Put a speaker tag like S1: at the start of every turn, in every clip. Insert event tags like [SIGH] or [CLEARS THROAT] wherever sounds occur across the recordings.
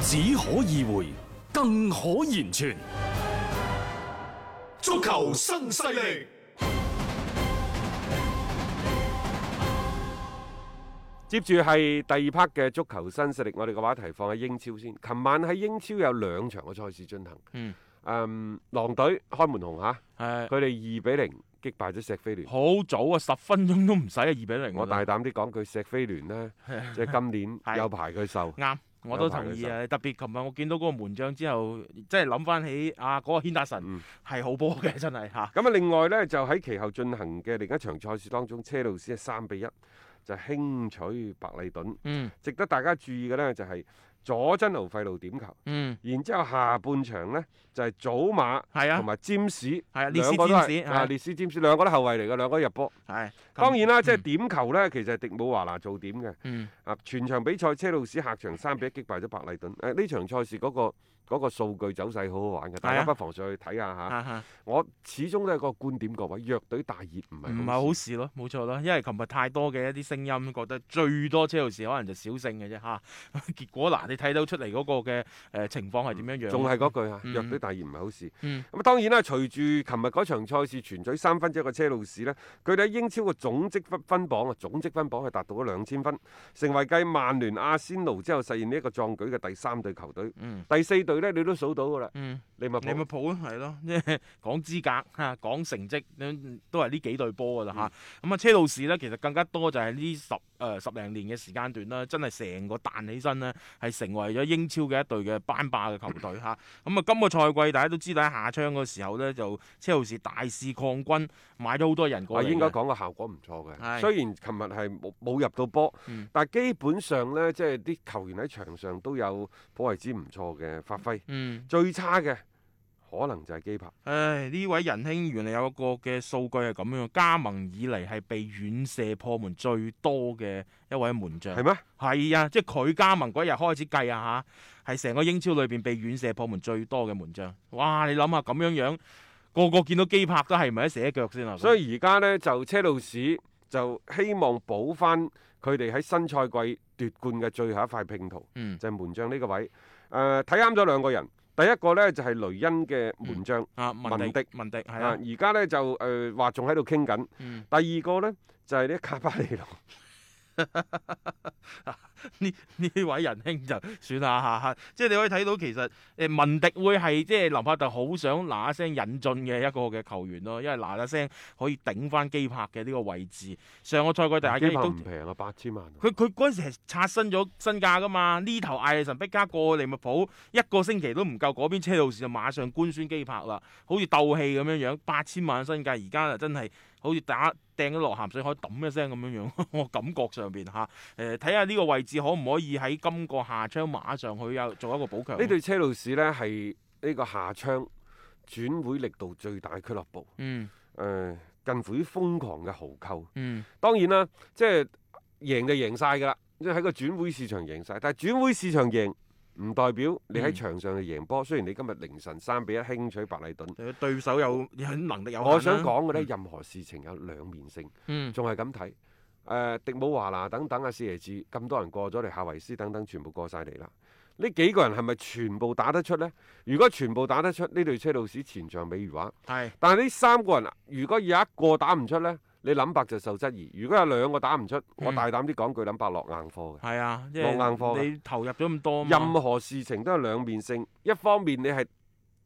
S1: 只可意會，更可言傳。
S2: 足球新勢力。
S3: 接住係第二 part 嘅足球新勢力，我哋嘅話題放喺英超先。琴晚喺英超有兩場嘅賽事進行。
S4: 嗯。
S3: 嗯狼隊開門紅嚇，
S4: 係
S3: 佢哋二比零擊敗咗石飛聯。
S4: 好早啊，十分鐘都唔使啊，二比零。
S3: 我大膽啲講句，石飛聯呢，即係今年
S4: [LAUGHS] 係
S3: 有排佢受。
S4: 啱，我都同意啊！特別琴日我見到嗰個門將之後，即係諗翻起啊嗰、個軒達臣
S3: 嗯
S4: 係好波嘅，真係嚇。
S3: 咁啊，另外呢，就喺其後進行嘅另一場賽事當中，車路士係三比一就輕取白利頓。
S4: 嗯
S3: 值得大家注意嘅呢，就係佐真奴費路點球，
S4: 嗯，
S3: 然之後下半場呢，就係祖馬。
S4: 係
S3: 同
S4: 啊，
S3: 埋詹士，
S4: 係啊列斯
S3: 兩個都
S4: 詹
S3: 係
S4: 士
S3: 啊，
S4: 係嗯
S3: 列斯詹士兩個都後衞嚟嘅，兩個都入波。
S4: 係。
S3: 當然啦，
S4: 咁
S3: 即係點球呢，其實係迪姆華拿做點嘅。
S4: 嗯
S3: 啊，全場比賽車路士客場三比一擊敗咗白禮頓。誒、呢場賽事嗰、個嗰個數據走勢好好玩嘅，大家
S4: 係啊
S3: 不妨上去睇下嚇。
S4: 啊嚇
S3: 我始終都係個觀點，各位弱隊大熱唔
S4: 唔
S3: 係
S4: 係好
S3: 事。
S4: 事咯，冇錯啦，因為琴日太多嘅一啲聲音，覺得最多車路士可能就小勝嘅啫嚇。 [LAUGHS] 結果嗱，你睇到出嚟嗰個嘅誒、呃情況係點樣樣？
S3: 仲係嗰句嚇，
S4: 嗯
S3: 弱隊大熱唔係好事。
S4: 嗯
S3: 咁啊當然啦，隨住琴日嗰場賽事全取三分之一嘅車路士呢，佢哋喺英超嘅總積分分榜啊，總積分榜係達到咗兩千分，成為繼曼聯、阿仙奴之後實現呢一個壯舉嘅第三隊球隊。
S4: 嗯
S3: 第四隊呢，你都數到㗎啦，
S4: 嗯。
S3: 利物浦啊
S4: 你咪抱咯，係咯，即係 [LAUGHS] 講資格嚇，講成績嗯都係呢幾隊波
S3: 嗯
S4: 噶啦嚇。咁啊，車路士咧其實更加多就係呢十誒、呃十零年嘅時間段啦，真係成個彈起身咧，係成為咗英超嘅一隊嘅班霸嘅球
S3: [COUGHS]
S4: 隊嚇。咁啊，今個賽季大家都知道喺夏窗嗰時候咧，就車路士大肆擴軍，買咗好多人過
S3: 我
S4: 嚟嘅。
S3: 啊應該講個效果唔錯嘅。
S4: 係
S3: 雖然琴日係冇冇入到波，
S4: 嗯
S3: 但係基本上呢，即係啲球員喺場上都有頗為之唔錯嘅發揮。
S4: 嗯，
S3: 最差嘅可能就係基帕。
S4: 唉，呢位仁兄原來有一個嘅數據係咁樣，加盟以嚟係被遠射破門最多嘅一位門將
S3: 係。咩？
S4: 係啊，即係佢加盟嗰日開始計啊吓，係成個英超裏邊被遠射破門最多嘅門將。哇！你諗下咁樣樣，個個見到基柏都係咪一射一腳先啊？
S3: 所
S4: 以
S3: 以而家呢，就車路士就希望補翻佢哋喺新賽季奪冠嘅最後一塊拼圖，
S4: 嗯
S3: 就係門將呢個位。誒、呃睇啱咗兩個人，第一個呢，就係、雷恩嘅門將，
S4: 啊，文
S3: 文迪
S4: 迪文迪係
S3: 啊
S4: 啊，
S3: 而家呢，就誒話仲喺度傾緊。
S4: 嗯 [LAUGHS]
S3: 第二個呢，就係、呢卡巴利羅，
S4: 呢呢位仁兄就算啦吓吓，即係你可以睇到其實誒文迪會係即係林柏特好想嗱一聲引進嘅一個嘅球員咯，因為嗱一聲可以頂翻基柏嘅呢個位置。上個賽季大家亦
S3: 基帕
S4: 都
S3: 唔。平啊，八千萬啊。
S4: 佢佢嗰陣時係刷新咗身價噶嘛？呢頭艾利臣碧加過利物浦一個星期都唔夠，嗰邊車路士就馬上官宣基柏啦，好似鬥氣咁樣樣，八千萬身價，而家就真係好似打掟咗落鹹水海揼一聲咁樣樣， [LAUGHS] 我感覺上邊嚇誒睇下呢個位置可唔可以喺今個夏窗馬上去有做一個補強？
S3: 呢隊車路士呢，係呢個下窗轉會力度最大嘅俱樂部，誒、呃
S4: 嗯
S3: 近乎於瘋狂嘅豪購。
S4: 嗯
S3: 當然啦，即係贏就贏晒㗎啦，即係喺個轉會市場贏晒。但係轉會市場贏唔代表你喺
S4: 嗯
S3: 場上就贏波。雖然你今日凌晨三比一輕取白禮頓，
S4: 對手有有能力有限啦
S3: 我想講嘅呢，任何事情有兩面性，
S4: 嗯
S3: 仲係咁睇。誒、迪姆華拿等等啊，斯耶治咁多人過咗嚟，夏維斯等等全部過晒嚟啦。呢幾個人係咪全部打得出呢？如果全部打得出，呢隊車路士前場美如畫。
S4: 係
S3: 啊但係呢三個人，如果有一個打唔出呢，你諗白就受質疑。如果有兩個打唔出，我
S4: 嗯
S3: 大膽啲講句，諗白落硬貨嘅。
S4: 係啊，即
S3: 落硬貨
S4: 係
S3: 㗎
S4: 你投入咗咁多啊嘛
S3: 任何事情都有兩面性，一方面你係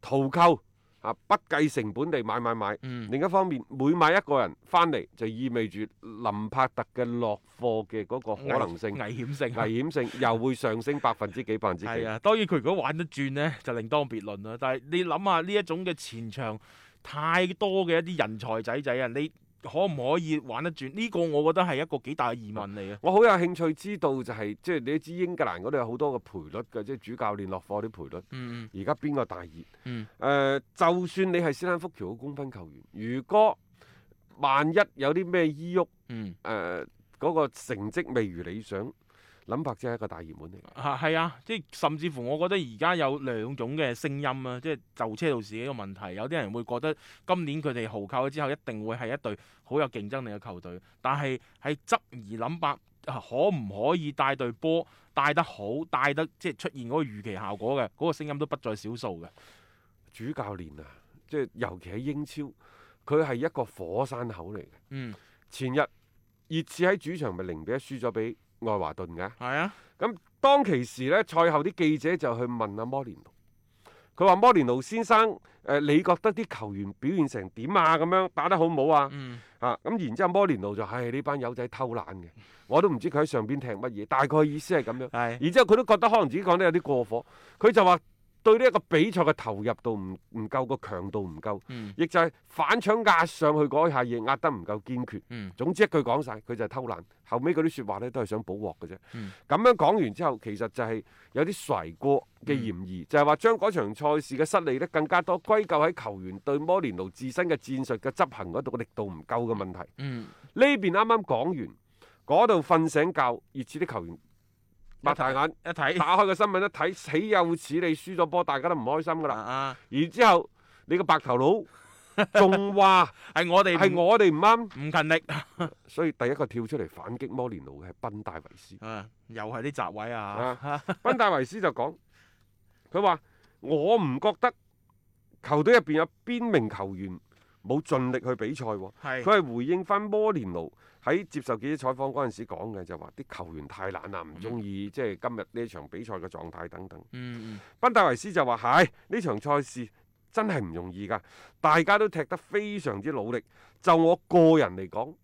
S3: 淘購啊，不計成本地買買買；
S4: 嗯
S3: 另一方面，每買一個人翻嚟，就意味住林柏特嘅落貨嘅嗰個可能性、
S4: 危
S3: 危
S4: 險性啊。
S3: 險
S4: [LAUGHS]
S3: 性又會上升百分之幾、百分之幾。
S4: 係啊，當然佢如果玩得轉呢，就另當別論啦。但係你諗下呢一種嘅前場太多嘅一啲人才仔仔啊，你可唔可以玩得轉？呢、個我覺得係一個幾大嘅疑問嚟嘅。
S3: 我好有興趣知道就係、即係你都知英格蘭嗰度有好多個賠率嘅，即係主教練落課啲賠率。
S4: 嗯
S3: 而家邊個大熱？誒、
S4: 嗯
S3: 就算你係斯坦福橋嘅公分球員，如果萬一有啲咩醫鬱，呃
S4: 嗯。
S3: 誒嗰、個成績未如理想，諗白只係一個大熱門嚟。
S4: 啊，係啊，即係甚至乎，我覺得而家有兩種嘅聲音啊，即係就車路士呢個問題，有啲人會覺得今年佢哋豪購咗之後，一定會係一隊好有競爭力嘅球隊，但係係質疑諗白啊可唔可以帶隊波帶得好，帶得即係出現嗰個預期效果嘅，嗰、個聲音都不在少數嘅。
S3: 主教練啊，即係尤其喺英超，佢係一個火山口嚟嘅。
S4: 嗯，
S3: 前日熱刺喺主場咪零比一輸咗俾愛華頓嘅。
S4: 係啊，
S3: 咁當其時呢，賽後啲記者就去問阿摩連奴，佢話摩連奴先生，誒、你覺得啲球員表現成點啊？咁樣打得好唔好啊？
S4: 嗯，
S3: 啊，咁然之後摩連奴就唉呢班友仔偷懶嘅，我都唔知佢喺上邊踢乜嘢，大概意思係咁樣。
S4: 係，
S3: 然之後佢都覺得可能自己講得有啲過火，佢就話對呢一個比賽嘅投入度唔唔夠，個強度唔夠，
S4: 嗯
S3: 亦就係反搶壓上去嗰下嘢壓得唔夠堅決。
S4: 嗯
S3: 總之一句講晒，佢就係偷懶。後尾嗰啲説話呢都係想補鑊嘅啫。咁、
S4: 嗯
S3: 樣講完之後，其實就係有啲甩過嘅嫌疑，
S4: 嗯
S3: 就係話將嗰場賽事嘅失利呢更加多歸咎喺球員對摩連奴自身嘅戰術嘅執行嗰度嘅力度唔夠嘅問題。
S4: 嗯，
S3: 呢邊啱啱講完，嗰度瞓醒覺，熱刺啲球員擘大眼。
S4: [LAUGHS] 一睇
S3: 打開個新聞一睇，死有此理，輸咗波，大家都唔開心噶
S4: 啊
S3: 啦。
S4: 啊，
S3: 然之後你個白頭佬仲話
S4: 係我哋
S3: 係
S4: 係我
S3: 我哋唔啱，
S4: 唔勤力
S3: 所以第一個跳出嚟反擊摩連奴嘅係賓戴維
S4: [LAUGHS]
S3: 斯。
S4: 啊，又係啲雜位啊，
S3: 啊，賓戴維斯就講，佢話我唔覺得球隊入邊有邊名球員冇盡力去比賽喎。
S4: 係
S3: 佢係回應翻摩連奴喺接受記者採訪嗰陣時講嘅，就話啲球員太懶啦，啊唔中意即係今日呢一場比賽嘅狀態等等。
S4: 嗯嗯
S3: 賓戴維斯就話：，係呢場賽事真係唔容易㗎，大家都踢得非常之努力。就我個人嚟講，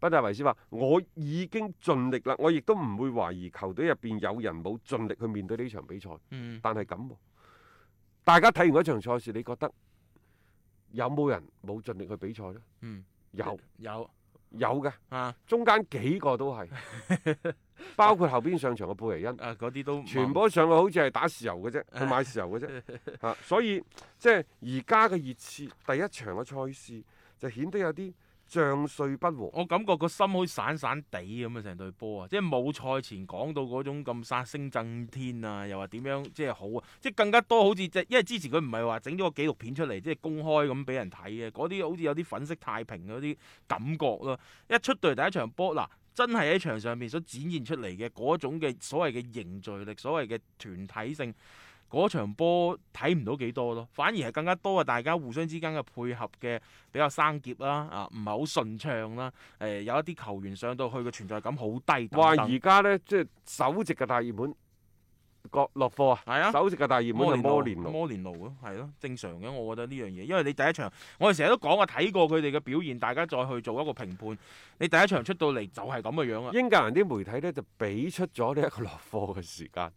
S3: 賓戴維斯話：我已經盡力啦，我亦都唔會懷疑球隊入邊有人冇盡力去面對呢場比賽。
S4: 嗯，
S3: 但係咁喎，大家睇完嗰場賽事，你覺得有冇人冇盡力去比賽呢？
S4: 嗯，
S3: 有
S4: 有
S3: 有嘅，
S4: 啊。
S3: 中間幾個都係，包括後邊上場嘅貝尼恩。
S4: 啊嗰啲都
S3: 全
S4: 冇
S3: 部都上去好似係打豉油嘅啫，去買豉油嘅啫嚇、所以即係而家嘅熱刺第一場嘅賽事就顯得有啲將帥不和。
S4: 我感覺個心好似散散地咁啊！成隊波啊，即係冇賽前講到嗰種咁殺聲震天啊，又話點樣即係好啊，即係更加多好似即係因為之前佢唔係話整咗個紀錄片出嚟，即係公開咁俾人睇嘅，嗰啲好似有啲粉飾太平嗰啲感覺咯。一出到嚟第一場波嗱，真係喺場上面所展現出嚟嘅嗰種嘅所謂嘅凝聚力，所謂嘅團體性。嗰場波睇唔到幾多咯，反而係更加多啊！大家互相之間嘅配合嘅比較生澀啦，啊唔係好順暢啦，誒、有一啲球員上到去嘅存在感好低等
S3: 話
S4: 等
S3: 而家呢，即係首席嘅大熱門落落課啊！
S4: 係啊，
S3: 首席嘅大熱門係摩連奴。
S4: 摩連奴啊咯，係咯，正常嘅，我覺得呢樣嘢，因為你第一場，我哋成日都講啊，睇過佢哋嘅表現，大家再去做一個評判。你第一場出到嚟就係咁嘅樣啊，
S3: 英格蘭啲媒體呢，就俾出咗呢一個落課嘅時間，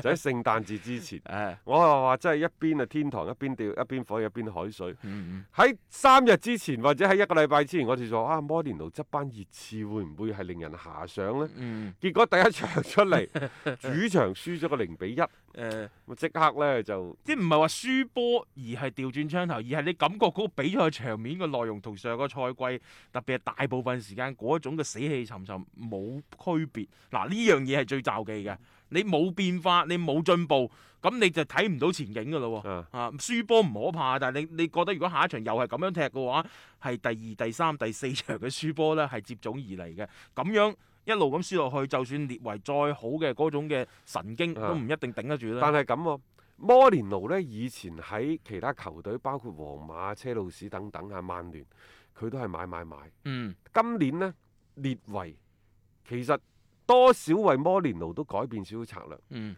S3: 就喺聖誕節之前。
S4: 誒，
S3: 我係話真係一邊啊天堂，一邊掉，一邊火，一邊海水。
S4: 嗯
S3: 喺三日之前或者喺一個禮拜之前，我哋就話啊摩連奴執班熱刺會唔會係令人遐想呢？
S4: 嗯
S3: 結果第一場出嚟主場輸咗個零比一，
S4: 嗯，誒、
S3: 咁啊即刻呢就
S4: 即係唔係話輸波，而係調轉槍頭，而係你感覺嗰個比賽場面嘅內容同上個賽季，特別係大部分時間嗰種嘅死氣沉沉冇區別。嗱呢樣嘢係最罩忌嘅，你冇變化，你冇進步，咁你就睇唔到前景㗎咯喎。
S3: 啊
S4: 啊，輸波唔可怕，但係你你覺得如果下一場又係咁樣踢嘅話，係第二、第三、第四場嘅輸波呢係接踵而嚟嘅。咁樣一路咁輸落去，就算列為再好嘅嗰種嘅神經，
S3: 啊
S4: 都唔一定頂得住啦
S3: 但。係咁喎。摩連奴呢以前喺其他球隊，包括皇馬、車路士等等啊、曼聯，佢都係買買買。
S4: 嗯，
S3: 今年呢，列維其實多少為摩連奴都改變少少策略。
S4: 嗯，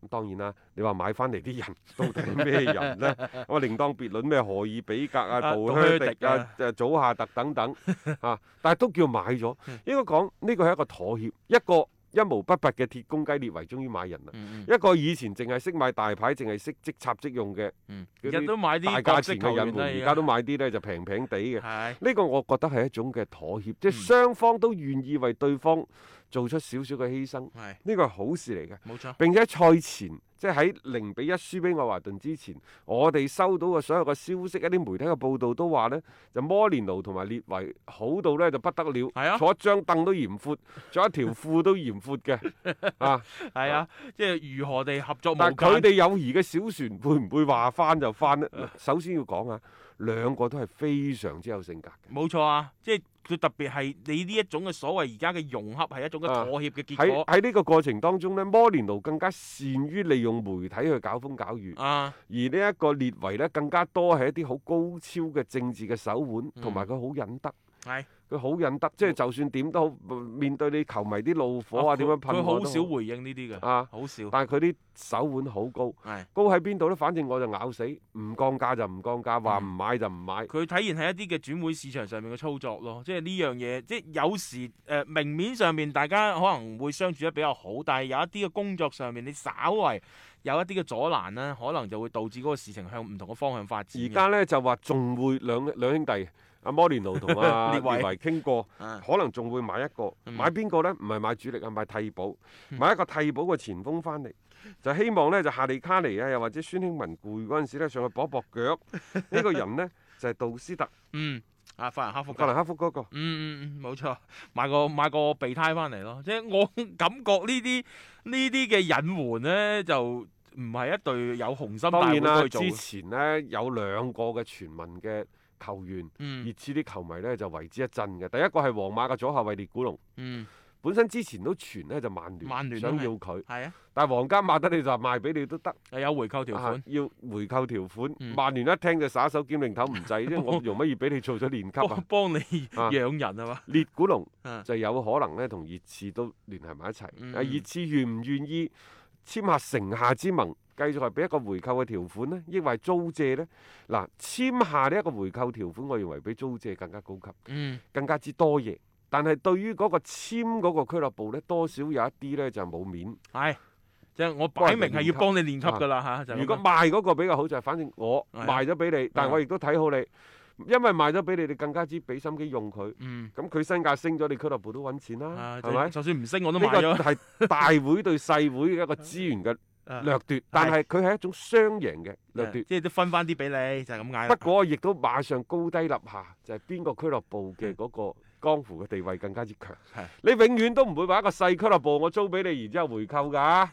S3: 咁當然啦，你話買翻嚟啲人到底係咩
S4: [LAUGHS]
S3: 人呢？咁啊，另當別論咩荷爾比格啊、
S4: 啊
S3: 杜
S4: 杜
S3: 靴
S4: 靴
S3: 迪
S4: 迪
S3: 啊
S4: 啊、
S3: 誒祖夏特
S4: [LAUGHS]
S3: 等等啊，但係都叫買咗。
S4: 嗯
S3: 應該講呢個係一個妥協，一個一毛不拔嘅鐵公雞列維終於買人啦。
S4: 嗯
S3: 一個以前淨係識買大牌，淨係識即插即用嘅
S4: 嗯，
S3: 嗰
S4: 日
S3: 啲
S4: 都買
S3: 大
S4: 啲
S3: 價
S4: 角色
S3: 錢
S4: 球
S3: 嘅
S4: 員啊
S3: 引
S4: 啦，
S3: 援，而家都買啲呢就平平地嘅。
S4: 係
S3: 呢個我覺得係一種嘅妥協，即係
S4: 嗯
S3: 雙方都願意為對方做出少少嘅犧牲，
S4: 係
S3: 呢個係啊好事嚟嘅。
S4: 冇錯，
S3: 並且賽前，即係喺零比一輸俾愛華頓之前，我哋收到嘅所有嘅消息，一啲媒體嘅報道都話呢，就摩連奴同埋列維好到呢就不得了，
S4: 係啊
S3: 坐一張凳都嫌闊，着一條褲都嫌闊
S4: [LAUGHS]
S3: 嘅啊！
S4: 係啊，即係如何地合作無
S3: 但
S4: 間，
S3: 佢哋友誼嘅小船會唔會話翻
S4: [LAUGHS]
S3: 就翻呢？嗱首先要講啊，兩個都係非常之有性格嘅。
S4: 冇錯啊，即係佢特別係你呢一種嘅所謂而家嘅融合係一種嘅
S3: 啊
S4: 妥協嘅結
S3: 喺
S4: 果
S3: 喺呢個過程當中呢，摩連奴更加善於利用媒體去搞風搞雨，
S4: 啊，
S3: 而呢一個列維呢，更加多係一啲好高超嘅政治嘅手腕，
S4: 嗯
S3: 同埋佢好忍得。
S4: 係嗯
S3: 佢好忍得，即係就算點都好，面對你球迷啲怒火啊，點
S4: 佢
S3: 樣噴
S4: 佢
S3: 我
S4: 好
S3: 都
S4: 少回應呢啲嘅，
S3: 啊！
S4: 好少
S3: 但係佢啲手腕好高，
S4: 係。
S3: 高喺邊度呢？反正我就咬死，唔降價就唔降
S4: 嗯
S3: 價，話唔買就唔買。
S4: 佢體現喺一啲嘅轉會市場上面嘅操作咯，即係呢樣嘢，即係有時誒、呃明面上面大家可能會相處得比較好，但係有一啲嘅工作上面你稍為有一啲嘅阻攔呢，可能就會導致嗰個事情向唔同嘅方向發展嘅。
S3: 而家呢，就話仲會兩兩兄弟阿摩連奴同阿列
S4: [LAUGHS] 列維
S3: 維傾過，
S4: 啊
S3: 可能仲會買一個，
S4: 嗯
S3: 買邊個呢？唔係買主力啊，買替補，買一個替補嘅前鋒翻嚟，就希望呢，就夏利卡尼啊，又或者孫興文攰嗰陣時咧上去搏一搏
S4: [LAUGHS]
S3: 腳，呢個人呢，就係杜斯特
S4: 嗯啊，法蘭克福
S3: 格
S4: 嘅
S3: 蘭克福嗰個。
S4: 嗯嗯嗯，冇錯，買個買個備胎翻嚟咯。即係我感覺呢啲呢啲嘅隱援呢，就唔係一隊有雄心大
S3: 當
S4: 會
S3: 然啦，
S4: 去做
S3: 之
S4: 嘅。
S3: 前呢，有兩個嘅傳聞嘅球員，熱
S4: 嗯
S3: 刺啲球迷呢，就為之一振嘅。第一個係皇馬嘅左後衞列古龍，
S4: 嗯，
S3: 本身之前都傳呢，就曼聯
S4: 曼聯
S3: 想
S4: 都係
S3: 要佢，
S4: 係啊，
S3: 但係皇家馬德里就話賣俾你都得。
S4: 又有回購條款
S3: 啊。要回購條款。
S4: 嗯
S3: 曼聯一聽就耍手兼領頭唔
S4: [LAUGHS]
S3: 制，因為我容乜易俾你做咗練級
S4: 幫 [LAUGHS]
S3: 啊？
S4: 幫你
S3: 啊
S4: 養人啊嘛，
S3: 列古龍
S4: 啊
S3: 就有可能咧同熱刺都聯繫埋一齊。
S4: 嗯
S3: 啊，熱刺願唔願意簽下城下之盟，繼續係俾一個回購嘅條款呢？抑或係租借呢？嗱，簽下呢一個回購條款，我認為比租借更加高級，
S4: 嗯，
S3: 更加之多嘢。但係對於嗰個簽嗰個俱樂部呢，多少有一啲呢就係冇面。
S4: 係，即係我擺明係要幫你練級噶啦吓，就係咁
S3: 啊如果
S4: 樣
S3: 賣嗰個比較好就係，反正我
S4: 係啊
S3: 賣咗俾你，但係
S4: 啊
S3: 我亦都睇好你，因為賣咗俾你，你更加之俾心機用佢。
S4: 嗯
S3: 咁佢身價升咗，你俱樂部都揾錢啦
S4: 啊，，
S3: 嗯係咪
S4: 就？就算唔升我都買
S3: 呢個
S4: 咗，
S3: 係大會對細會嘅一個資源嘅
S4: [LAUGHS] 啊
S3: 掠奪，但係佢係一種雙贏嘅掠奪。
S4: 即係都分翻啲俾你，就係咁解
S3: 不
S4: 啦。
S3: 過亦都馬上高低立下，就係邊個俱樂部嘅
S4: [LAUGHS]
S3: 嗰個江湖嘅地位更加之強
S4: 係。
S3: 你永遠都唔會話一個細俱樂部我租俾你，然之後回購
S4: [LAUGHS]
S3: 㗎，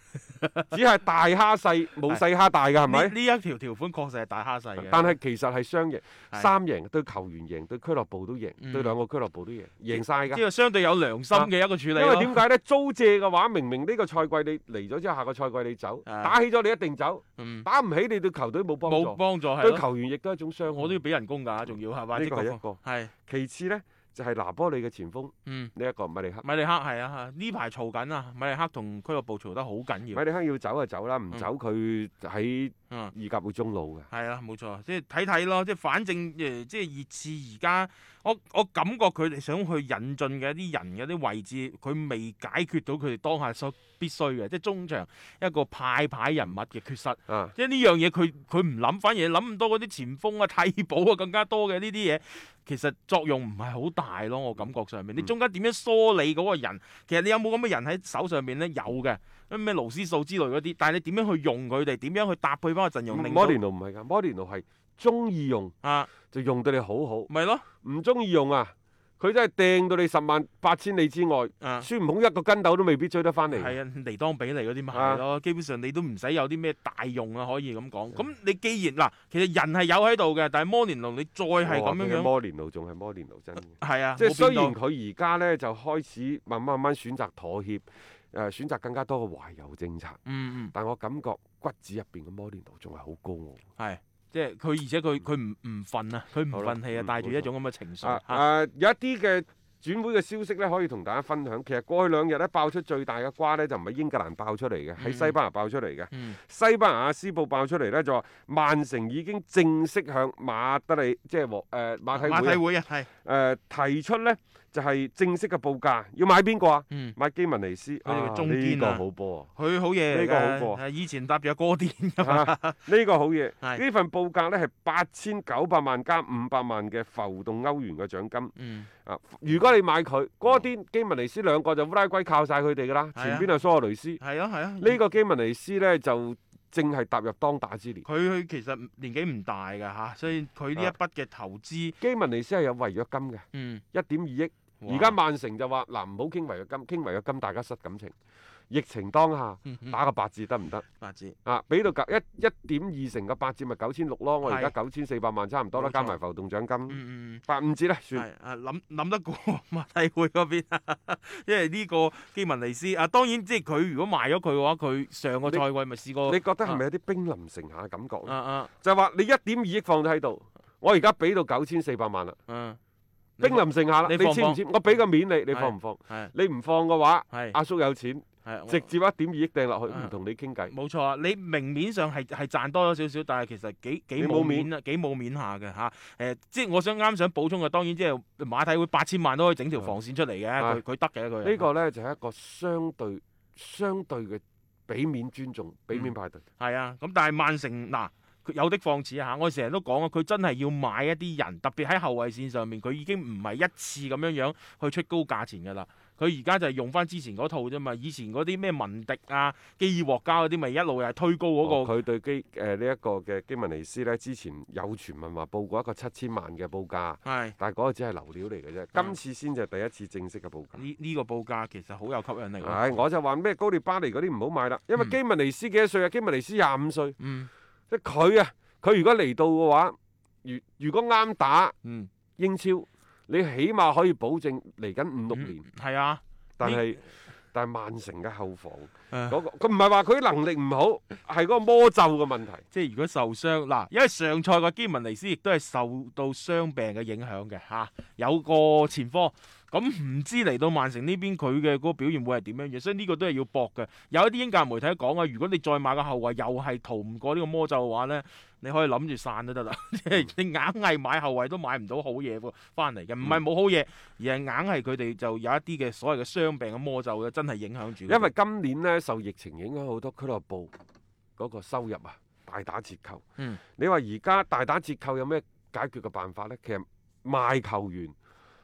S3: 只係大蝦細，冇細蝦大㗎，係咪
S4: 呢？呢一條條款確實係大蝦細嘅，
S3: 但係其實係雙贏，
S4: 係
S3: 三贏對球員贏，對俱樂部都贏，
S4: 嗯
S3: 對兩個俱樂部都贏，贏晒
S4: 即
S3: 㗎。
S4: 係相對有良心嘅一個處理
S3: 啊因
S4: 咯
S3: 為點解呢？租借嘅話，明明呢個賽季你嚟咗之後，下個賽季你走，
S4: 啊
S3: 打起咗你一定走，
S4: 嗯
S3: 打唔起你對球隊冇幫
S4: 冇
S3: 助，
S4: 幫助係
S3: 對
S4: 咯，
S3: 球員亦都係一種傷害。
S4: 我都要俾人工㗎，仲要係嘛？
S3: 呢
S4: 即
S3: 個係
S4: 係
S3: 一個。
S4: 係
S3: 其次呢，就係拿波利嘅前鋒
S4: 嗯。
S3: 呢一個米利克，
S4: 米利克係啊，呢排嘈緊啊！米利克同俱樂部嘈得好緊
S3: 米
S4: 要，
S3: 利克要走就走啦，唔
S4: 嗯
S3: 走佢喺
S4: 嗯，
S3: 意甲會中路嘅。
S4: 係啦，冇錯，即係睇睇咯，即係反正誒，即係熱刺而家，我我感覺佢哋想去引進嘅一啲人嘅啲位置，佢未解決到佢哋當下所必須嘅，即係中場一個派牌人物嘅缺失，
S3: 啊，
S4: 即係呢樣嘢佢佢唔諗，反而諗咁多嗰啲前鋒啊、替補啊更加多嘅呢啲嘢，其實作用唔係好大咯，我感覺上面，你
S3: 嗯
S4: 中間點樣梳理嗰個人，其實你有冇咁嘅人喺手上面咧？有嘅，咩勞斯數之類嗰啲，但係你點樣去用佢哋，點樣去搭配翻個陣容，令
S3: 摩
S4: 到
S3: 連奴唔係㗎，摩連奴係中意用
S4: 啊。
S3: 就用對你好好。
S4: 咪咯，
S3: 唔中意用啊，佢真係掟到你十萬八千里之外，
S4: 啊，
S3: 孫悟空一個跟斗都未必追得翻嚟。
S4: 係啊，尼當比利嗰啲咪
S3: 啊嗯
S4: 係咯，基本上你都唔使有啲咩大用啊，可以咁講。咁你既然嗱，其實人係有喺度嘅，但係摩連奴你再
S3: 我
S4: 係
S3: 話
S4: 咁
S3: 俾你
S4: 樣樣，
S3: 摩連奴仲係摩連奴真嘅，
S4: 係啊，
S3: 即係雖
S4: 冇變
S3: 然
S4: 到
S3: 佢而家呢就開始慢慢慢慢選擇妥協，誒、選擇更加多嘅懷柔政策，
S4: 嗯
S3: 但我感覺骨子入邊嘅摩連奴仲係好高傲，
S4: 嗯係即係佢，而且佢佢唔唔憤啊，佢唔
S3: 好啦
S4: 憤氣啊，
S3: 嗯
S4: 帶住
S3: 冇錯
S4: 一種咁嘅情緒
S3: 啊
S4: 嚇。
S3: 啊！有一啲嘅轉會嘅消息咧，可以同大家分享。其實過去兩日咧爆出最大嘅瓜咧，就唔係英格蘭爆出嚟嘅，喺
S4: 嗯
S3: 西班牙爆出嚟嘅。
S4: 嗯
S3: 西班牙斯報爆出嚟咧，就話曼城已經正式向馬德里即係和誒馬體會啊
S4: 會啊，係
S3: 誒、提出咧就係、正式嘅報價，要買邊個啊？
S4: 嗯
S3: 買基文尼斯，
S4: 佢哋嘅中堅
S3: 呢
S4: 啊
S3: 個好波啊！
S4: 佢好嘢嚟
S3: 呢個好
S4: 㗎
S3: 過
S4: 係以前搭住阿哥甸㗎嘛 [LAUGHS]
S3: 啊呢個好嘢，
S4: 係
S3: 呢份報價呢係八千九百萬加五百萬嘅浮動歐元嘅獎金
S4: 嗯，
S3: 啊！如果你買佢，嗰啲基文尼斯兩個就烏拉圭靠晒佢哋㗎啦，
S4: 係啊
S3: 前邊係蘇亞雷斯，呢、
S4: 係啊係啊，
S3: 個基文尼斯呢就正係踏入當打之年。
S4: 佢佢其實年紀唔大㗎嚇，所以佢呢一
S3: 啊
S4: 筆嘅投資，
S3: 基文尼斯係有違約金嘅，
S4: 嗯，
S3: 一點二億。而家曼城就話嗱，唔好傾違約金，傾違約金大家失感情。疫情當下
S4: 打
S3: 打個八折得唔得？
S4: 嗯八字，
S3: 啊，俾到九一一點二成嘅八折咪九千六咯，我而家九千四百萬差唔多啦，
S4: 冇錯
S3: 加埋浮動獎金
S4: 嗯嗯
S3: 八五折啦，
S4: 嗯，
S3: 算。
S4: 係啊諗諗得過 [LAUGHS] 馬體會嗰邊， [LAUGHS] 因為呢個基文尼斯啊，當然即係佢如果賣咗佢嘅話，佢上個賽季咪試過
S3: 你覺得係咪有啲兵臨城下嘅感覺
S4: 啊
S3: 咧？
S4: 啊
S3: 就係話你一點二億放咗喺度，我而家俾到九千四百萬啦，
S4: 嗯，
S3: 兵臨城下啦，
S4: 你
S3: 你
S4: 放唔
S3: 簽唔簽？我俾個面你，你
S4: 係
S3: 放唔放？
S4: 係
S3: 你唔放嘅話，
S4: 係
S3: 阿叔有錢，
S4: 係我
S3: 啊直接一點二億掟落去，
S4: 啊
S3: 唔同你傾偈。
S4: 冇錯啊！你明面上係係賺多咗少少，但係其實幾幾
S3: 你
S4: 冇
S3: 冇
S4: 面
S3: 面
S4: 啊，幾冇面下嘅嚇。誒、即係我想啱想補充嘅，當然即係馬體會八千萬都可以整條防線出嚟嘅，
S3: 啊
S4: 佢佢得嘅佢。
S3: 呢個呢，就係一個相對相對嘅俾面尊重、俾面派對。
S4: 係啊，咁但係曼城嗱。佢有的放矢嚇，我成日都講啊，佢真係要買一啲人，特別喺後衞線上面，佢已經唔係一次咁樣樣去出高價錢㗎啦。佢而家就係用翻之前嗰套啫嘛，以前嗰啲咩文迪啊、基爾獲加嗰啲，咪一路又係推高嗰、個。
S3: 哦佢對基誒呢一個嘅基文尼斯呢，之前有傳聞話報過一個七千萬嘅報價，
S4: 係、
S3: 但係嗰個只係流料嚟嘅啫。今次先就係第一次正式嘅報價。
S4: 呢呢個報價其實好有吸引力
S3: 係、
S4: 喎。
S3: 我就話咩高列巴黎嗰啲唔好買啦，因為
S4: 嗯
S3: 基文尼斯幾多歲啊？基文尼斯廿五歲，
S4: 嗯
S3: 即係佢啊，佢如果嚟到嘅話，如如果啱打
S4: 嗯，
S3: 英超，你起碼可以保證嚟緊五六年。
S4: 係啊，
S3: 但係但係曼城嘅後防
S4: 誒
S3: 嗰、個，佢唔係話佢能力唔好，係嗰個魔咒嘅問題。
S4: 即係如果受傷嗱，因為上賽季基文尼斯亦都係受到傷病嘅影響嘅嚇、有個前科。咁唔知嚟到曼城呢邊佢嘅嗰個表現會係點樣樣，所以呢個都係要搏嘅。有一啲英格蘭媒體講啊，如果你再買個後衞又係逃唔過呢個魔咒嘅話呢，你可以諗住散都得啦。即
S3: 嗯
S4: 係 [LAUGHS] 你硬係買後衞都買唔到好嘢喎，翻嚟嘅唔係冇好嘢，而係硬係佢哋就有一啲嘅所謂嘅傷病嘅魔咒嘅，真係影響住佢哋。
S3: 因為今年呢，受疫情影響，好多俱樂部嗰個收入啊大打折扣。
S4: 嗯
S3: 你話而家大打折扣有咩解決嘅辦法呢？其實賣球員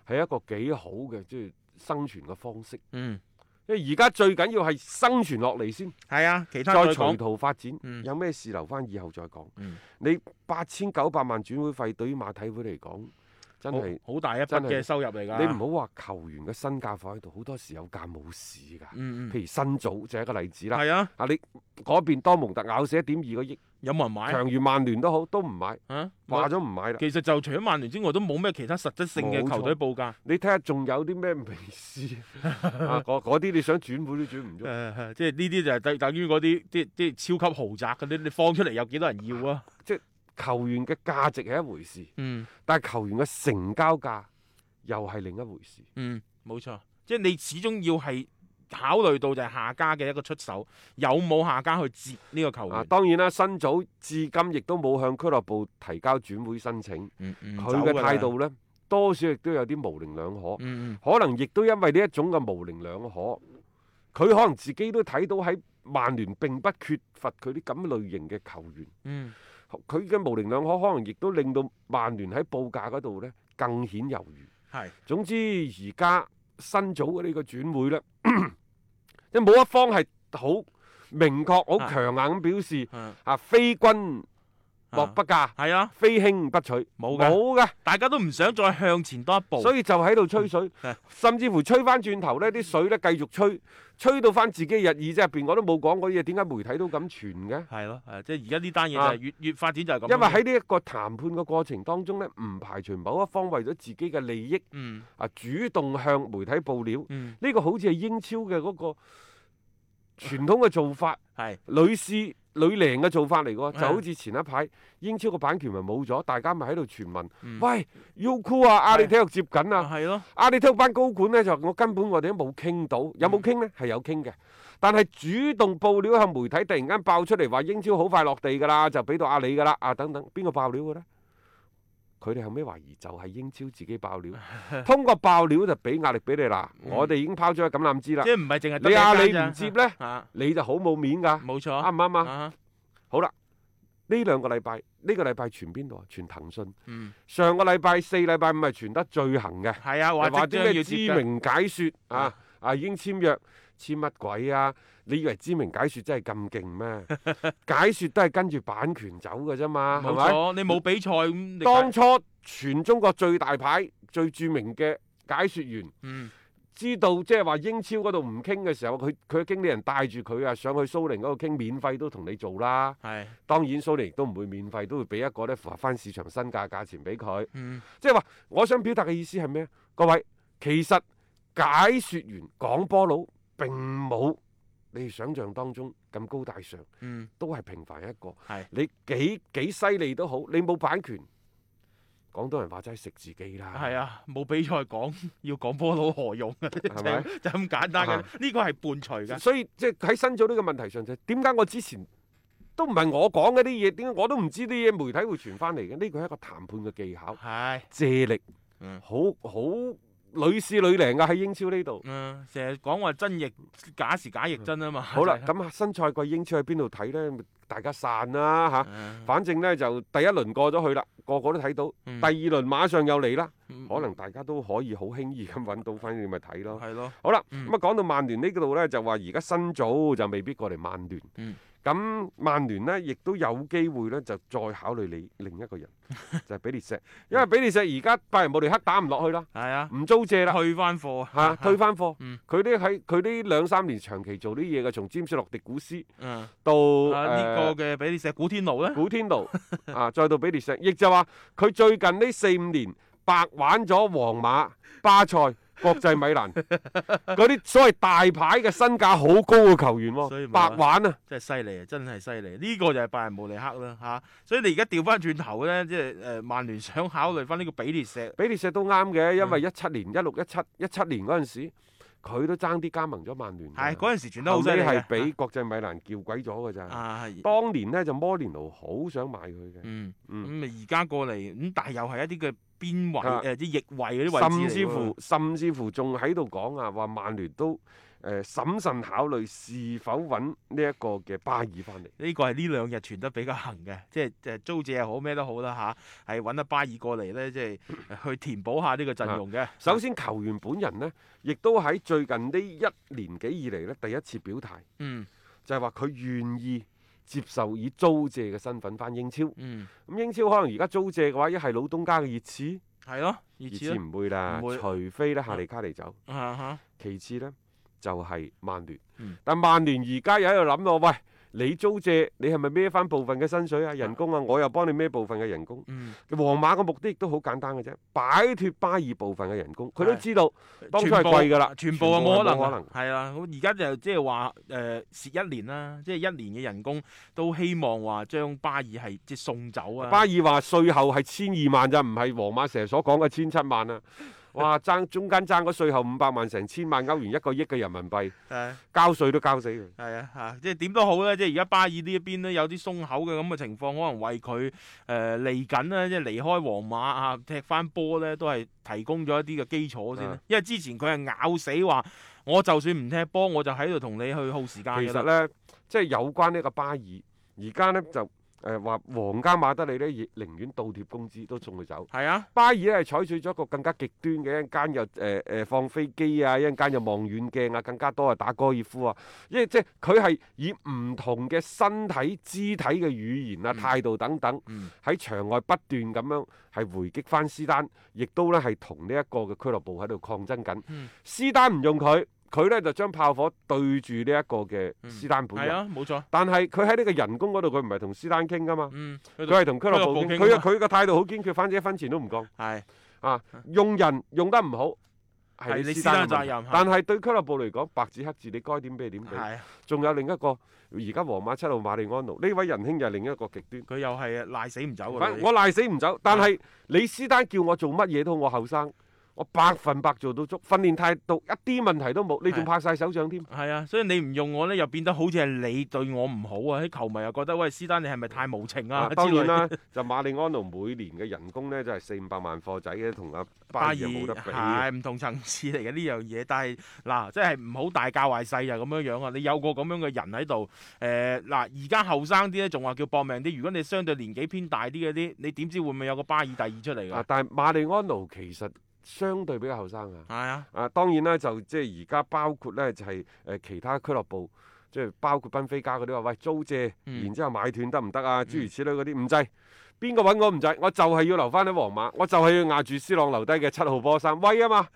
S3: 係一個幾好嘅即係生存嘅方式，
S4: 嗯。
S3: 因為而家最緊要係生存落嚟先，
S4: 係啊，其他
S3: 再
S4: 再
S3: 隨
S4: 講，
S3: 途發展。
S4: 嗯
S3: 有咩事留翻以後再講。
S4: 嗯
S3: 你八千九百萬轉會費對於馬體會嚟講，真係
S4: 好好大一筆
S3: 真係
S4: 嘅收入嚟㗎。
S3: 你唔好話球員嘅身價放喺度，好多時有價冇市㗎。
S4: 嗯嗯，
S3: 譬如新組就係一個例子啦。
S4: 係啊，
S3: 啊！你嗰邊多蒙特咬死一點二個億，
S4: 有冇人買
S3: 強如曼聯都好，都唔買，
S4: 啊？
S3: 話咗唔買啦。
S4: 其實就除咗曼聯之外，都冇咩其他實質性嘅
S3: 冇錯
S4: 球隊報價。
S3: 你睇下仲有啲咩美斯
S4: [LAUGHS]
S3: 啊？嗰嗰啲你想轉會都轉唔
S4: 誒、
S3: 喐。
S4: 即係呢啲就係等等於嗰啲即即係超級豪宅嗰啲，你放出嚟有幾多人要啊？
S3: 球員嘅價值係一回事，
S4: 嗯
S3: 但係球員嘅成交價又係另一回事。
S4: 嗯，冇錯，即係你始終要係考慮到就係下家嘅一個出手，有冇下家去接呢個球員
S3: 啊，？當然啦，新組至今亦都冇向俱樂部提交轉會申請，
S4: 嗯嗯
S3: 佢嘅態，度呢，多少亦都有啲模棱兩可。
S4: 走㗎啦嗯嗯
S3: 可能亦都因為呢一種嘅模棱兩可，佢可能自己都睇到喺曼聯並不缺乏佢啲咁類型嘅球員，
S4: 嗯，
S3: 佢嘅模棱兩可可能亦都令到曼聯喺報價嗰度呢更顯猶豫。
S4: 係
S3: 總之而家新組嘅呢個轉會呢， [CLEARS THROAT] 即係冇一方係好明確、好
S4: 啊
S3: 強硬咁表示
S4: 嗯
S3: 啊，非君莫不嫁，
S4: 係啊，
S3: 非兄不娶，
S4: 冇㗎
S3: 冇嘅。
S4: 大家都唔想再向前多一步。
S3: 所以就喺度吹水
S4: [LAUGHS] 嗯係，
S3: 甚至乎吹翻轉頭呢啲水呢繼續吹，吹到翻自己日耳仔入邊，我都冇講嗰啲嘢，點解媒體都咁傳嘅？
S4: 係咯，誒，即係而家呢單嘢就
S3: 啊
S4: 係越越發展就係咁樣。
S3: 因為喺呢一個談判嘅過程當中呢，唔排除某一方為咗自己嘅利益
S4: 嗯
S3: 啊，主動向媒體報料，呢、
S4: 嗯
S3: 個好似係英超嘅嗰個傳統嘅做法， [LAUGHS]
S4: 係
S3: 女士女靚嘅做法嚟嘅喎，
S4: 係
S3: 就好似前一排英超個版權咪冇咗，大家咪喺度傳聞，
S4: 嗯
S3: 喂 u k 啊，阿里體育接緊啊。
S4: 係咯，
S3: 阿里體育班高管呢，就我根本我哋都冇傾到，
S4: 嗯
S3: 有冇傾呢？係有傾嘅，但係主動報料向媒體突然間爆出嚟話英超好快落地㗎啦，就俾到阿里㗎啦啊等等，邊個爆料嘅呢？佢哋後尾懷疑就係英超自己爆
S4: [LAUGHS]
S3: 料，通過爆料就俾壓力俾你啦。
S4: 嗯
S3: 我哋已經拋咗個橄欖枝啦
S4: 即，係唔係淨係得
S3: 你阿
S4: 一
S3: 里
S4: 間
S3: 唔接
S4: 咋
S3: 呢
S4: 啊
S3: 你就好冇面㗎，
S4: 冇錯
S3: 啱唔啱啊？
S4: 啊，
S3: 好啦，呢兩個禮拜，呢個禮拜傳邊度啊？傳騰訊。
S4: 嗯，
S3: 上個禮拜四、禮拜五係傳得最行嘅。
S4: 係啊，
S3: 又
S4: 或
S3: 話
S4: 者
S3: 啲
S4: 要
S3: 咩
S4: 接
S3: 知
S4: 㗎
S3: 名解説啊
S4: 啊
S3: 啊已經簽約，簽乜鬼啊？你以為知名解説真係咁勁咩？
S4: [LAUGHS]
S3: 解説都係跟住版權走嘅啫嘛，啊係
S4: 冇
S3: 咪？
S4: 錯，你冇比賽咁，你
S3: 當初全中國最大牌、最著名嘅解説員。
S4: 嗯
S3: 知道即係話英超嗰度唔傾嘅時候，佢佢嘅經理人帶住佢啊上去蘇寧嗰度傾，免費都同你做啦。
S4: 係
S3: 當然蘇寧亦都唔會免費，都會俾一個咧符合翻市場身價嘅價錢俾佢。
S4: 嗯
S3: 即係話，我想表達嘅意思係咩？各位，其實解説員講波佬並冇你哋想象當中咁高大上，
S4: 嗯
S3: 都係平凡一個。
S4: 係
S3: 你幾幾犀利都好，你冇版權，廣東人話齋食自己啦。
S4: 係啊，冇比賽講 [LAUGHS] 要講波佬何用啊？
S3: 係咪
S4: [LAUGHS] 就咁簡單嘅，
S3: 啊
S4: 呢個係伴隨㗎。
S3: 所以即係喺新組呢個問題上就係點解我之前都唔係我講嗰啲嘢，點解我都唔知啲嘢媒體會傳翻嚟嘅？呢個係一個談判嘅技巧，
S4: 係，
S3: 借力，
S4: 嗯
S3: 好好女士女靚噶喺英超呢度。
S4: 嗯，成日講話真亦假時假亦真啊嘛。
S3: 好啦，
S4: 就係
S3: 咁新賽季英超喺邊度睇呢？咪大家散啦嚇。
S4: 嗯
S3: 反正呢，就第一輪過咗去啦，個個都睇到。
S4: 嗯
S3: 第二輪馬上又嚟啦，
S4: 嗯
S3: 可能大家都可以好輕易咁揾到，反正咪睇咯。
S4: 係咯，
S3: 好啦，
S4: 嗯
S3: 咁啊講到曼聯呢度呢，就話而家新組就未必過嚟曼聯
S4: 嗯。
S3: 咁曼聯呢，亦都有機會呢，就再考慮你另一
S4: [LAUGHS]
S3: 個人，就係比利石，因為比利石而家拜仁慕尼黑打唔落去啦，
S4: 係啊，
S3: 唔租
S4: [LAUGHS]
S3: 借啦。
S4: 退翻貨啊
S3: 嚇，退翻貨
S4: 嗯，
S3: 佢呢喺佢呢兩三年長期做呢啲嘢嘅，從詹姆斯洛迪古斯
S4: 嗯
S3: 到
S4: 啊呢
S3: 誒
S4: 個嘅比利石古天奴咧，
S3: 古天奴 [LAUGHS] 啊，再到比利石，亦就話佢最近呢四五年白玩咗皇馬、巴塞、國際米
S4: [LAUGHS]
S3: 蘭嗰啲所謂大牌嘅身價好高嘅球員
S4: 所以
S3: 喎，
S4: 冇
S3: 白
S4: 啊
S3: 玩啊！
S4: 真係犀利啊！真係犀利，呢、個就係拜仁慕尼黑啦嚇、所以你而家調翻轉頭咧，即係誒曼聯想考慮翻呢個比利石，
S3: 比利石都啱
S4: 嗯
S3: 嘅，因為一七年、一六、一七、一七年嗰陣時，佢都爭啲加盟咗曼聯㗎。
S4: 係嗰陣時傳得
S3: 後
S4: 好犀利
S3: 尾係
S4: 嘅
S3: 俾國際米蘭叫鬼咗㗎咋。
S4: 啊，係
S3: 當年呢，就摩連奴好想買佢嘅，
S4: 嗯
S3: 嗯
S4: 咁啊而家過嚟咁，但係又係一啲嘅邊
S3: 啊
S4: 位誒即係翼位嗰啲位
S3: 甚
S4: 置
S3: 至
S4: 嚟
S3: 乎
S4: 喎
S3: 甚至乎仲喺度講啊，話曼聯都誒、呃、審慎考慮是否揾呢一個嘅巴爾翻嚟。
S4: 呢個係呢兩日傳得比較行嘅，即係誒租借又好咩都好啦吓，係揾阿巴爾過嚟咧，即係去填補下呢個陣容嘅。
S3: 啊首先，球員本人呢，亦都喺最近呢一年幾以嚟呢，第一次表態，
S4: 嗯
S3: 就係話佢願意接受以租借嘅身份翻英超。咁、
S4: 嗯
S3: 英超可能而家租借嘅話，一係老東家嘅熱刺，
S4: 係咯，熱
S3: 熱
S4: 刺
S3: 刺
S4: 咯
S3: 唔會啦，
S4: 唔會
S3: 除非呢夏利卡尼走。
S4: 啊哈
S3: 其次呢，就係、曼聯。
S4: 嗯
S3: 但曼聯而家又喺度諗咯，喂，你租借你係咪孭翻部分嘅薪水啊、人工啊？我又幫你孭部分嘅人工。
S4: 嗯，
S3: 皇馬嘅目的亦都好簡單嘅啫，擺脫巴爾部分嘅人工。佢都
S4: 係
S3: 知道當初係貴㗎啦，
S4: 全部啊冇可能
S3: 全部係
S4: 啊，係啦。咁而家就即係話誒蝕一年啦，即係一年嘅人工都希望話將巴爾係即係送走啊。
S3: 巴爾話税後係千二萬咋，唔係皇馬成日所講嘅千七萬啊！哇，爭中間爭嗰税後五百萬，成千萬歐元一個億嘅人民幣，
S4: 係
S3: 交税都交死佢。
S4: 係啊，嚇！即係點都好啦，即係而家巴爾呢一邊咧有啲鬆口嘅咁嘅情況，可能為佢誒嚟緊咧，即係離開皇馬啊，踢翻波咧，都係提供咗一啲嘅基礎先啦
S3: 啊。
S4: 因為之前佢係咬死話，我就算唔踢波，我就喺度同你去耗時間
S3: 其
S4: 㗎
S3: 實
S4: 啦。
S3: 呢，即係有關呢個巴爾，而家呢就誒話皇家馬德里呢，亦寧願倒貼工資都送佢走。
S4: 係啊，
S3: 巴爾呢係採取咗一個更加極端嘅，一陣間又誒誒、呃放飛機啊，一陣間又望遠鏡啊，更加多係打高爾夫啊，因為即係佢係以唔同嘅身體、肢體嘅語言啊、
S4: 嗯
S3: 態度等等
S4: 嗯
S3: 喺場外不斷咁樣係回擊翻斯丹，亦都呢係同呢一個嘅俱樂部喺度抗爭緊。
S4: 嗯
S3: 斯丹唔用佢，佢呢就將炮火對住呢一個嘅
S4: 嗯
S3: 斯丹本
S4: 係
S3: 人。
S4: 啊，冇錯。
S3: 但係佢喺呢個人工嗰度，佢唔係同斯丹傾噶嘛，
S4: 嗯，佢
S3: 佢係同俱樂部
S4: 俱樂
S3: 傾。
S4: 部傾
S3: 佢
S4: 啊
S3: 佢個態度好堅決，反正一分錢都唔降。
S4: 係
S3: 用人用得唔好，係
S4: 係你
S3: 私
S4: 私單
S3: 單嘅問
S4: 責任
S3: 題
S4: 係
S3: 但係對俱樂部嚟講，白紙黑字你該點俾你點俾。
S4: 係啊，
S3: 仲有另一個，而家皇馬七號馬利安奴呢位仁兄又係另一個極端。
S4: 佢又係賴死唔走㗎啦
S3: 反我賴死唔走，但係李斯丹叫我做乜嘢都好，我後生，我百分百做到足，訓練態度一啲問題都冇，你仲
S4: 係
S3: 拍晒手掌添。
S4: 係啊，所以你唔用我咧，又變得好似係你對我唔好啊！啲球迷又覺得喂，斯丹你係咪太無情啊？
S3: 啊當然
S4: 之類，
S3: 啦，就馬利安奴每年嘅人工呢，就係四五百萬貨仔嘅，同阿巴爾冇得比嘅。
S4: 係唔同層次嚟嘅呢樣嘢，但係嗱，即係唔好大教壞細就咁樣樣啊！你有個咁樣嘅人喺度，誒、嗱，而家後生啲咧，仲話叫搏命啲。如果你相對年紀偏大啲嗰啲，你點知會唔會有個巴爾第二出嚟
S3: 啊
S4: 㗎？，
S3: 但係馬利安奴其實相對比較後生啊。
S4: 係啊，
S3: 啊，當然啦，就即係而家包括呢，就係、誒其他俱樂部，即係包括賓菲加嗰啲話，喂租借，
S4: 嗯
S3: 然之後買斷得唔得啊？諸如此類嗰啲，唔制。邊個揾我唔制，我就係要留翻喺皇馬，我就係要壓住斯朗留低嘅七號波衫，威
S4: [LAUGHS]
S3: 啊嘛！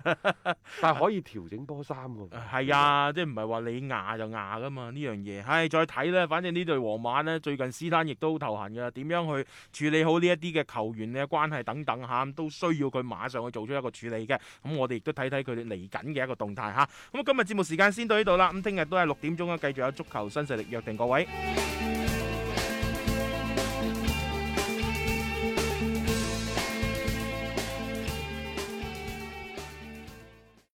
S3: 但係可以調整波衫喎。
S4: 係啊，即係唔係話你牙就牙噶嘛呢樣嘢。唉，再睇啦，反正呢隊皇馬呢，最近斯丹亦都好頭痕噶，點樣去處理好呢一啲嘅球員嘅關係等等嚇，都需要佢馬上去做出一個處理嘅。咁我哋亦都睇睇佢哋嚟緊嘅一個動態嚇。咁今日節目時間先到呢度啦，咁聽日都係六點鐘啊，繼續有足球新勢力約定各位。